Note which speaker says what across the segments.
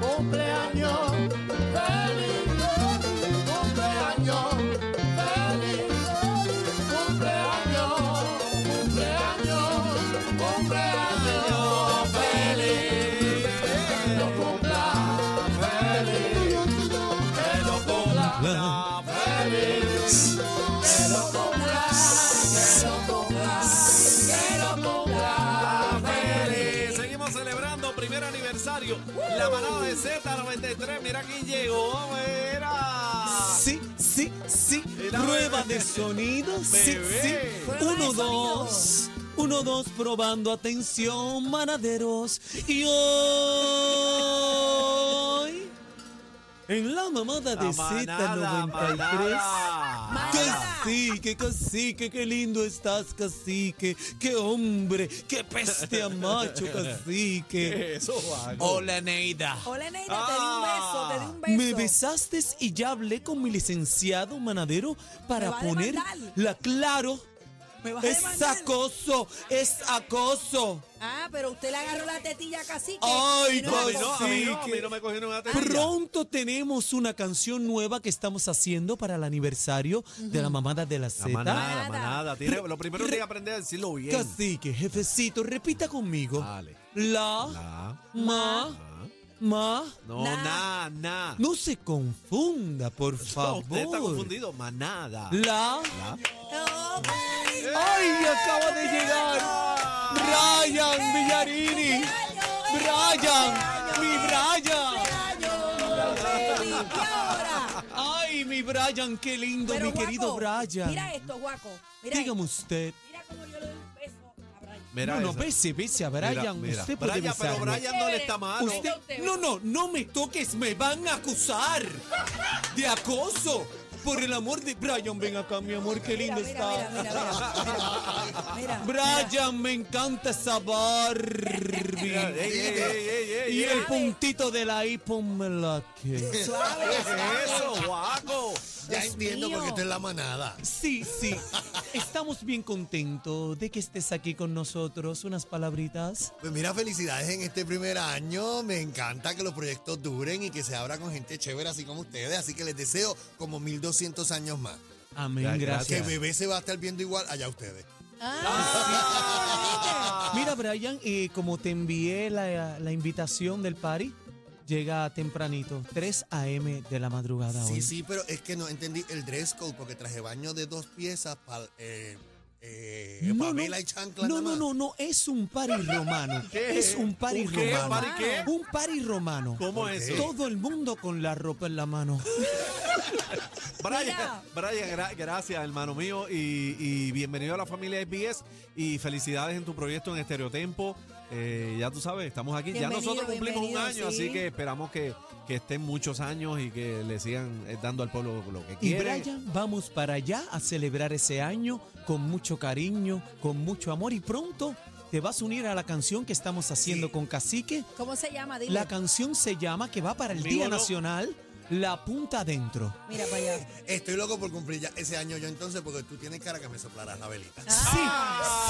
Speaker 1: Cumpleaños feliz, cumpleaños feliz, cumpleaños, cumpleaños, cumpleaños feliz, que lo cumpla feliz, que lo cumpla feliz, que lo cumpla, que lo cumpla, que lo cumpla feliz.
Speaker 2: Seguimos celebrando primer aniversario. La manada de Z93. Mira quién llegó. Mira.
Speaker 3: Sí, sí, sí.
Speaker 2: Era
Speaker 3: Prueba
Speaker 2: bebé.
Speaker 3: de sonido. Sí, sí.
Speaker 2: Bebé.
Speaker 3: Uno, dos. Uno, dos, probando. Atención, manaderos. Y hoy. En la mamada de
Speaker 2: manada,
Speaker 3: Z93.
Speaker 2: manada.
Speaker 3: Cacique, cacique, qué lindo estás, cacique. Qué hombre, qué peste a macho, cacique.
Speaker 2: Eso va.
Speaker 3: Hola, Neida.
Speaker 4: Hola, Neida,
Speaker 2: Ah.
Speaker 4: te di un beso, te di un
Speaker 3: Me
Speaker 4: beso.
Speaker 3: besaste y ya hablé con mi licenciado manadero para
Speaker 4: ¿Me va a
Speaker 3: poner
Speaker 4: demandar?
Speaker 3: la claro.
Speaker 4: Me vas a
Speaker 3: Es
Speaker 4: demandar.
Speaker 3: acoso, es acoso.
Speaker 4: Ah, pero usted le agarró la tetilla a cacique.
Speaker 3: Ay,
Speaker 4: Y no
Speaker 2: No, a
Speaker 4: la
Speaker 2: mí no, a mí no, a mí
Speaker 3: Cacique.
Speaker 2: no me cogieron una tetilla.
Speaker 3: Pronto tenemos una canción nueva que estamos haciendo para el aniversario de la mamada de la
Speaker 2: La manada,
Speaker 3: Z.
Speaker 2: la manada. Tiene- lo primero que tiene que aprender a decirlo bien.
Speaker 3: Cacique, jefecito, repita conmigo.
Speaker 2: Dale.
Speaker 3: La,
Speaker 2: Na,
Speaker 3: ma, ma.
Speaker 2: No, na,
Speaker 4: Na.
Speaker 2: na.
Speaker 3: No se confunda, por
Speaker 2: No, Usted está
Speaker 3: favor.
Speaker 2: confundido. Manada.
Speaker 3: La.
Speaker 4: No, ¡Feliz
Speaker 3: ¡Ay, acaba de llegar!
Speaker 4: ¡Eh!
Speaker 3: ¡Brian Villarini! ¡Brian! ¡Mi Brian!
Speaker 4: año! ¡Feliz! ¿Y ahora?
Speaker 3: ¡Ay, mi Brian! ¡Qué lindo,
Speaker 4: Pero,
Speaker 3: mi querido
Speaker 4: guaco,
Speaker 3: Brian!
Speaker 4: Mira esto, guaco. Mira este.
Speaker 3: Dígame
Speaker 4: esto.
Speaker 3: usted.
Speaker 4: Mira cómo yo le doy un beso a Brian.
Speaker 2: Mira
Speaker 3: no, no,
Speaker 2: esa.
Speaker 3: bese, bese a Brian.
Speaker 2: Mira, mira.
Speaker 3: Usted puede
Speaker 2: Brian, pero
Speaker 3: besarlo.
Speaker 2: Brian ah, no le está mal.
Speaker 3: Usted- no, no, no me toques, me van a acusar de acoso. Por el amor de Brian, ven acá, mi amor, qué
Speaker 4: Mira,
Speaker 3: lindo
Speaker 4: mira,
Speaker 3: está.
Speaker 4: mira, mira, mira, mira. Mira,
Speaker 3: Brian, me encanta esa
Speaker 2: Mira,
Speaker 3: Barbie.
Speaker 2: ey, ey, ey, ey, ey,
Speaker 3: Y
Speaker 2: ey.
Speaker 3: el puntito de la I, pónmela aquí.
Speaker 2: ¿Qué es eso, guaco?
Speaker 1: Ya entiendo
Speaker 4: mío.
Speaker 1: porque esto es la manada.
Speaker 3: Sí, sí. Estamos bien contentos de que estés aquí con nosotros. Unas palabritas.
Speaker 1: Pues mira, felicidades en este primer año. Me encanta que los proyectos duren y que se abra con gente chévere así como ustedes. Así que les deseo como 1200 años más.
Speaker 3: Amén,
Speaker 2: Ya,
Speaker 1: Que
Speaker 3: gracias.
Speaker 2: gracias.
Speaker 1: bebé se va a estar viendo igual allá ustedes.
Speaker 3: Mira, Brian, eh, como te envié la, la invitación del party, llega tempranito, 3 a.m. de la madrugada hoy.
Speaker 1: Sí, sí, pero es que no entendí el dress code porque traje baño de dos piezas para eh, eh, Pamela y chancla.
Speaker 3: no,
Speaker 1: nada
Speaker 3: no,
Speaker 1: más.
Speaker 3: no, no, es un party romano.
Speaker 2: ¿Qué?
Speaker 3: Es un party
Speaker 2: ¿Un qué?
Speaker 3: romano.
Speaker 2: ¿Party qué?
Speaker 3: Un party romano.
Speaker 2: ¿Cómo es eso?
Speaker 3: Todo el mundo con la ropa en la mano.
Speaker 2: Brian,
Speaker 4: Mira.
Speaker 2: Brian gra- gracias, hermano mío, y, y bienvenido a la familia SBS y felicidades en tu proyecto en Estereotempo. Eh, ya tú sabes, estamos aquí. ya
Speaker 4: Bienvenido,
Speaker 2: nosotros cumplimos un año,
Speaker 4: bienvenido, sí.
Speaker 2: así que esperamos que, que estén muchos años y que le sigan eh, dando al pueblo lo que
Speaker 3: Y
Speaker 2: quiere.
Speaker 3: Brian, vamos para allá a celebrar ese año con mucho cariño, con mucho amor y pronto te vas a unir a la canción que estamos haciendo con Cacique.
Speaker 4: ¿Cómo se llama? Dile.
Speaker 3: La canción se llama que va para el
Speaker 2: Conmigo
Speaker 3: Día
Speaker 2: no.
Speaker 3: Nacional La punta adentro.
Speaker 4: Mira para allá.
Speaker 1: Estoy loco por cumplir ya ese año yo entonces porque tú tienes cara que me soplarás la velita.
Speaker 3: Sí.
Speaker 2: Ah.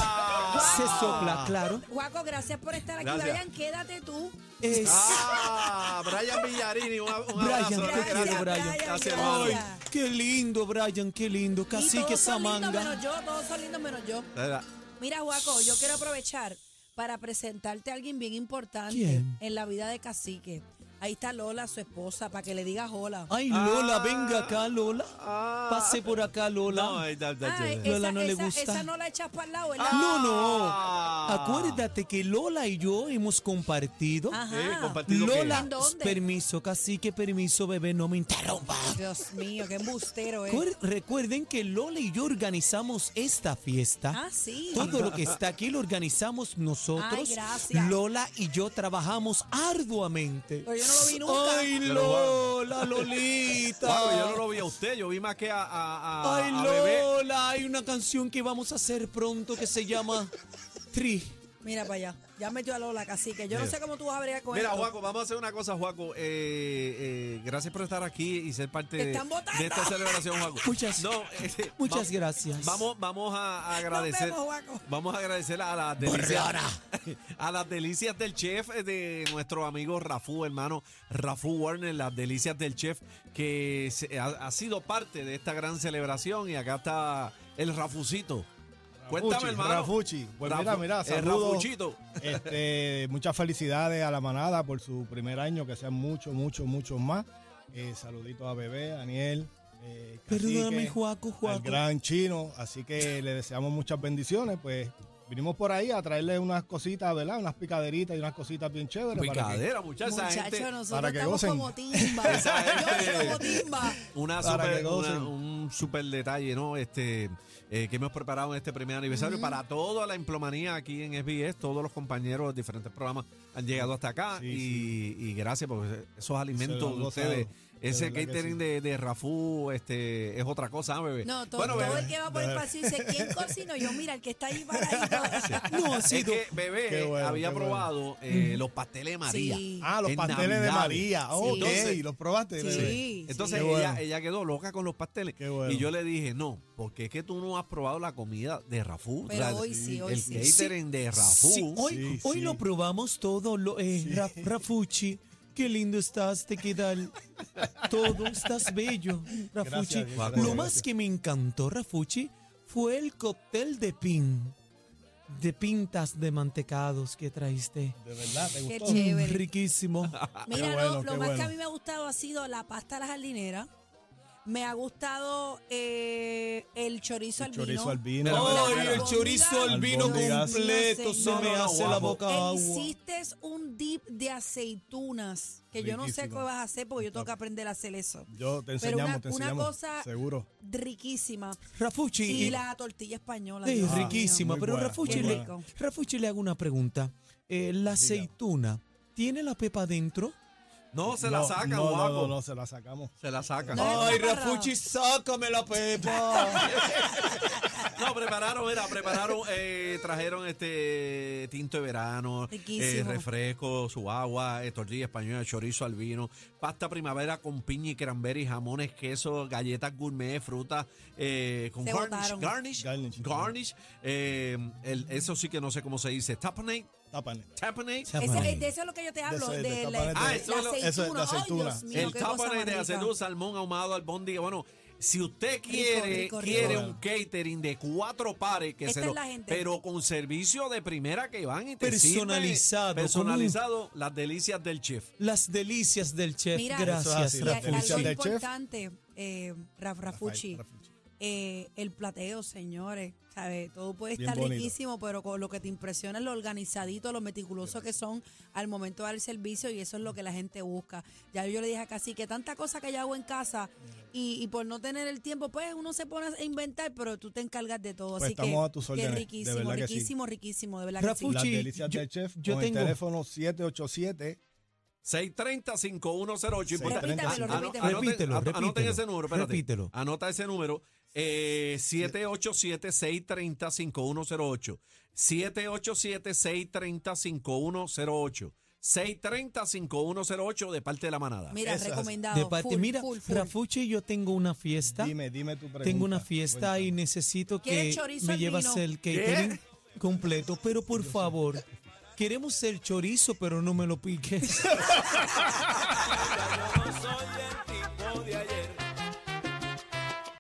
Speaker 3: Se sopla, claro.
Speaker 4: Guaco, gracias por estar aquí.
Speaker 2: Gracias.
Speaker 4: Brian, quédate tú.
Speaker 3: Es-
Speaker 2: Ah, Brian Villarini, un, un
Speaker 3: Brian,
Speaker 2: abrazo.
Speaker 3: qué lindo, Brian.
Speaker 2: Gracias, hermano.
Speaker 3: Ay, qué lindo, Brian, qué lindo.
Speaker 4: y
Speaker 3: Cacique
Speaker 4: todos
Speaker 3: esa
Speaker 4: son lindos
Speaker 3: manga.
Speaker 4: menos yo, todos son lindos menos yo.
Speaker 2: Mira,
Speaker 4: Mira, Guaco, yo quiero aprovechar para presentarte a alguien bien importante
Speaker 3: ¿Quién?
Speaker 4: en la vida de Cacique. Ahí está Lola, su esposa, para que le digas hola.
Speaker 3: Ay, Lola, venga acá, Lola.
Speaker 2: ah.
Speaker 3: Pase por acá, Lola.
Speaker 2: No, ahí está, ahí está,
Speaker 4: Ay,
Speaker 2: ahí está.
Speaker 3: Lola no le
Speaker 4: Ah, esa-
Speaker 3: gusta.
Speaker 4: Esa no la echas para el lado, ¿verdad?
Speaker 3: No, no.
Speaker 2: Ah.
Speaker 3: Acuérdate que Lola y yo hemos compartido.
Speaker 2: Sí,
Speaker 4: Ajá.
Speaker 2: ¿Eh? compartido que-
Speaker 3: Lola,
Speaker 4: ¿En dónde?
Speaker 3: permiso, cacique, permiso, bebé, no me interrumpa.
Speaker 4: Dios mío, qué embustero ¿eh? es.
Speaker 3: Recuer- Recuerden que Lola y yo organizamos esta fiesta.
Speaker 4: Ah, sí.
Speaker 3: Todo lo que está aquí lo organizamos nosotros.
Speaker 4: Ay, gracias.
Speaker 3: Lola y yo trabajamos arduamente.
Speaker 4: Pero yo no lo vi nunca.
Speaker 3: Ay,
Speaker 2: Yo lo guardo.
Speaker 3: Lola, Lolita.
Speaker 2: Guaco, yo no lo vi a usted, yo vi más que a, a, a-
Speaker 3: Ay,
Speaker 2: a bebé.
Speaker 3: Lola, hay una canción que vamos a hacer pronto que se llama Tri.
Speaker 4: Mira para allá. Ya metió a Lola, Cacique. Yo no
Speaker 2: Mira.
Speaker 4: sé cómo tú vas a bregar con
Speaker 2: Mira,
Speaker 4: esto.
Speaker 2: Juaco, vamos a hacer una cosa, Juaco. Eh, eh, gracias por estar aquí y ser parte
Speaker 4: Te
Speaker 2: de,
Speaker 4: están botando.
Speaker 2: de esta celebración, Juaco.
Speaker 3: Muchas-
Speaker 2: este,
Speaker 3: muchas gracias.
Speaker 2: Vamos, vamos a agradecer.
Speaker 4: vemos, Juaco.
Speaker 2: vamos a agradecer a las delicias. A las delicias del chef eh, de nuestro amigo Rafú, hermano Rafú Warner, las delicias del chef que se- ha, ha sido parte de esta gran celebración y acá está el Rafucito. Cuéntame,
Speaker 5: Rafuchi,
Speaker 2: hermano.
Speaker 5: Rafuchi. Pues
Speaker 2: Rafu-
Speaker 5: mira, mira,
Speaker 2: el
Speaker 5: saludos.
Speaker 2: Rafuchito.
Speaker 5: Este, muchas felicidades a la manada por su primer año, que sean muchos, muchos, muchos más. Eh, saluditos a Bebé, a Aniel. eh, Cacique,
Speaker 3: Perdóname, Juaco,
Speaker 5: Al
Speaker 3: Juaco.
Speaker 5: gran chino. Así que le deseamos muchas bendiciones. Pues vinimos por ahí a traerle unas cositas, ¿verdad? Unas picaderitas y unas cositas bien chéveres. para que-
Speaker 2: Picadera, muchachos. esa
Speaker 4: Muchachos,
Speaker 2: gente-
Speaker 4: nosotros
Speaker 5: para que
Speaker 4: estamos
Speaker 5: gocen.
Speaker 4: como timba.
Speaker 2: Esa gente-
Speaker 4: Yo soy como timba.
Speaker 2: Una
Speaker 5: Para
Speaker 2: super,
Speaker 5: que gocen.
Speaker 2: una- un super detalle, ¿no? Este eh, que hemos preparado en este primer aniversario para toda la implomanía aquí en SBS. Todos los compañeros de diferentes programas han llegado hasta acá
Speaker 5: Sí,
Speaker 2: y, y gracias por esos
Speaker 5: Se lo
Speaker 2: alimentos
Speaker 5: han
Speaker 2: de
Speaker 5: gozado,
Speaker 2: ustedes.
Speaker 5: de
Speaker 2: Ese
Speaker 5: verdad que
Speaker 2: catering
Speaker 5: sí.
Speaker 2: de, de Rafú este, es otra cosa, ¿ah, bebé.
Speaker 4: No, todo,
Speaker 2: Bueno,
Speaker 4: todo
Speaker 2: bebé,
Speaker 5: eh,
Speaker 4: el que va por el pasillo dice, ¿quién cocinó? Yo, mira, el que está ahí para
Speaker 3: No ha
Speaker 2: es
Speaker 3: sido.
Speaker 2: que bebé
Speaker 5: Qué bueno,
Speaker 2: había
Speaker 5: qué bueno.
Speaker 2: probado eh, los pasteles de María.
Speaker 5: Ah, los
Speaker 2: En
Speaker 5: pasteles de
Speaker 2: Navidades.
Speaker 5: María. Ok,
Speaker 2: Entonces-
Speaker 5: los probaste. Bebé?
Speaker 4: Sí.
Speaker 2: Entonces
Speaker 5: Qué
Speaker 2: ella,
Speaker 5: bueno.
Speaker 2: ella quedó loca con los pasteles.
Speaker 5: Qué bueno.
Speaker 2: Y yo le dije, no, porque es que tú no has probado la comida de Rafú.
Speaker 4: Pero hoy sí, hoy
Speaker 2: el
Speaker 4: sí.
Speaker 2: catering de Rafú.
Speaker 3: Sí, hoy,
Speaker 5: Sí,
Speaker 3: hoy
Speaker 5: sí.
Speaker 3: lo probamos todo. Lo, eh, Ra- Rafuchi, qué lindo estás, te queda el- todo, estás bello, Rafuchi.
Speaker 5: Gracias,
Speaker 3: lo
Speaker 5: gracias,
Speaker 3: más
Speaker 5: gracias.
Speaker 3: que me encantó, Rafuchi, fue el cóctel de pin, de pintas de mantecados que traíste.
Speaker 5: De verdad, te
Speaker 4: Qué
Speaker 5: gustó.
Speaker 4: chévere.
Speaker 3: Riquísimo.
Speaker 4: Mira,
Speaker 5: Qué
Speaker 4: no,
Speaker 5: bueno,
Speaker 4: lo
Speaker 5: qué
Speaker 4: más que a
Speaker 5: bueno.
Speaker 4: mí me ha gustado ha sido la pasta a la jardinera. Me ha gustado eh, el chorizo
Speaker 5: El
Speaker 4: al
Speaker 5: chorizo al
Speaker 4: vino.
Speaker 5: vino. Mira,
Speaker 4: Ay,
Speaker 5: mira,
Speaker 4: el
Speaker 5: mira.
Speaker 4: chorizo al
Speaker 5: vino Albóndigas.
Speaker 4: completo, se me
Speaker 2: hace la
Speaker 4: E hiciste un dip de aceitunas, que yo no sé qué
Speaker 5: Riquísimo.
Speaker 4: vas a hacer porque yo tengo que aprender a hacer eso.
Speaker 5: Yo te
Speaker 4: Pero
Speaker 5: enseñamos,
Speaker 4: una-
Speaker 5: te
Speaker 4: una
Speaker 5: enseñamos.
Speaker 4: cosa-
Speaker 5: Seguro.
Speaker 4: Riquísima.
Speaker 3: Rafuchi.
Speaker 4: Y
Speaker 3: y-
Speaker 4: la tortilla española.
Speaker 3: Sí,
Speaker 4: Dios mío.
Speaker 3: riquísima.
Speaker 5: muy
Speaker 3: Pero
Speaker 5: buena,
Speaker 3: Rafuchi,
Speaker 4: muy
Speaker 3: le,
Speaker 4: buena.
Speaker 3: Rafuchi le hago una pregunta. Eh, la aceituna, ¿tiene la pepa dentro?
Speaker 2: No, se la sacan,
Speaker 5: no,
Speaker 2: guapo.
Speaker 5: no, no, no, se la sacamos.
Speaker 2: Se la sacan.
Speaker 4: No. Ay, Rafuchi,
Speaker 3: Rafuchi, sácame la pepa.
Speaker 2: No, prepararon, mira, prepararon, eh, trajeron este tinto de verano, eh,
Speaker 4: Riquísimo.
Speaker 2: refresco, su agua, eh, tortilla española, chorizo al vino, pasta primavera con piña y cranberry, jamones, queso, galletas gourmet, frutas, eh, con
Speaker 4: Se
Speaker 2: garnish,
Speaker 4: botaron.
Speaker 2: garnish, garnish,
Speaker 5: Garnish.
Speaker 2: eh, el- eso sí que no sé cómo se dice, tapenade,
Speaker 5: Tápale.
Speaker 2: tapenade,
Speaker 4: Ese- de eso es lo que yo te hablo.
Speaker 5: eso
Speaker 4: De,
Speaker 5: es, de
Speaker 4: la,
Speaker 5: tapanes de-
Speaker 2: Ah, eso es lo-
Speaker 4: la
Speaker 5: eso es de
Speaker 4: aceituna.
Speaker 5: aceituna.
Speaker 4: Ay, Dios mío,
Speaker 2: el
Speaker 4: qué cosa
Speaker 2: tapenade
Speaker 4: más
Speaker 2: de
Speaker 4: rica.
Speaker 2: aceituna, salmón ahumado, albóndiga, bueno... Si usted quiere,
Speaker 4: rico, rico.
Speaker 2: quiere
Speaker 5: Bueno.
Speaker 2: un catering de cuatro pares que
Speaker 4: Esta
Speaker 2: se lo,
Speaker 4: es la gente.
Speaker 2: pero con servicio de primera que van y te
Speaker 3: Personalizado,
Speaker 2: sirven eh, personalizado las delicias del chef.
Speaker 3: Las delicias del chef.
Speaker 4: Mira,
Speaker 3: Gracias,
Speaker 5: Eso es así,
Speaker 4: Y
Speaker 5: la
Speaker 3: Rafuchi.
Speaker 5: función
Speaker 4: algo
Speaker 5: del chef.
Speaker 4: importante, eh, Raf Rafucci,
Speaker 5: Rafael, Rafuchi.
Speaker 4: eh, el plateo, señores. ¿sabe? Todo puede
Speaker 5: Bien
Speaker 4: estar
Speaker 5: bonito.
Speaker 4: riquísimo, pero con lo que te impresiona es lo organizadito, lo meticuloso que son al momento de dar el servicio y eso es lo que la gente busca. Ya yo le dije a Casi que tanta cosa que yo hago en casa y, y por no tener el tiempo, pues uno se pone a inventar, pero tú te encargas de todo.
Speaker 5: Pues
Speaker 4: Así
Speaker 5: estamos
Speaker 4: que,
Speaker 5: a tus
Speaker 4: que
Speaker 5: órdenes, de
Speaker 4: riquísimo,
Speaker 5: verdad que sí.
Speaker 4: riquísimo, riquísimo, de verdad
Speaker 3: Rafucci,
Speaker 4: que
Speaker 5: Las
Speaker 3: Puchi,
Speaker 5: delicias
Speaker 3: yo-
Speaker 5: del chef
Speaker 3: yo
Speaker 5: con
Speaker 3: tengo-
Speaker 5: el teléfono 787.
Speaker 2: 630-5108. Importante.
Speaker 4: Repítelo,
Speaker 2: Ano-
Speaker 4: repítelo.
Speaker 2: anoten-
Speaker 3: Repítelo,
Speaker 2: ano- Anoten
Speaker 3: repítelo,
Speaker 2: ese número, espérate.
Speaker 3: repítelo.
Speaker 2: Anota ese número. Eh, 787-630-5108. 787-630-5108. 630-5108 de parte de la manada.
Speaker 4: Mira,
Speaker 5: Eso es así.
Speaker 4: recomendado.
Speaker 3: De parte,
Speaker 4: full,
Speaker 3: mira,
Speaker 4: full, full.
Speaker 3: Rafuchi, yo tengo una fiesta.
Speaker 5: Dime, dime tu pregunta.
Speaker 3: tengo una fiesta y necesito
Speaker 4: ¿Quieres
Speaker 3: que
Speaker 4: chorizo
Speaker 3: me
Speaker 4: al
Speaker 3: llevas
Speaker 4: vino?
Speaker 3: el catering completo, pero por favor, queremos ser chorizo, pero no me lo piques.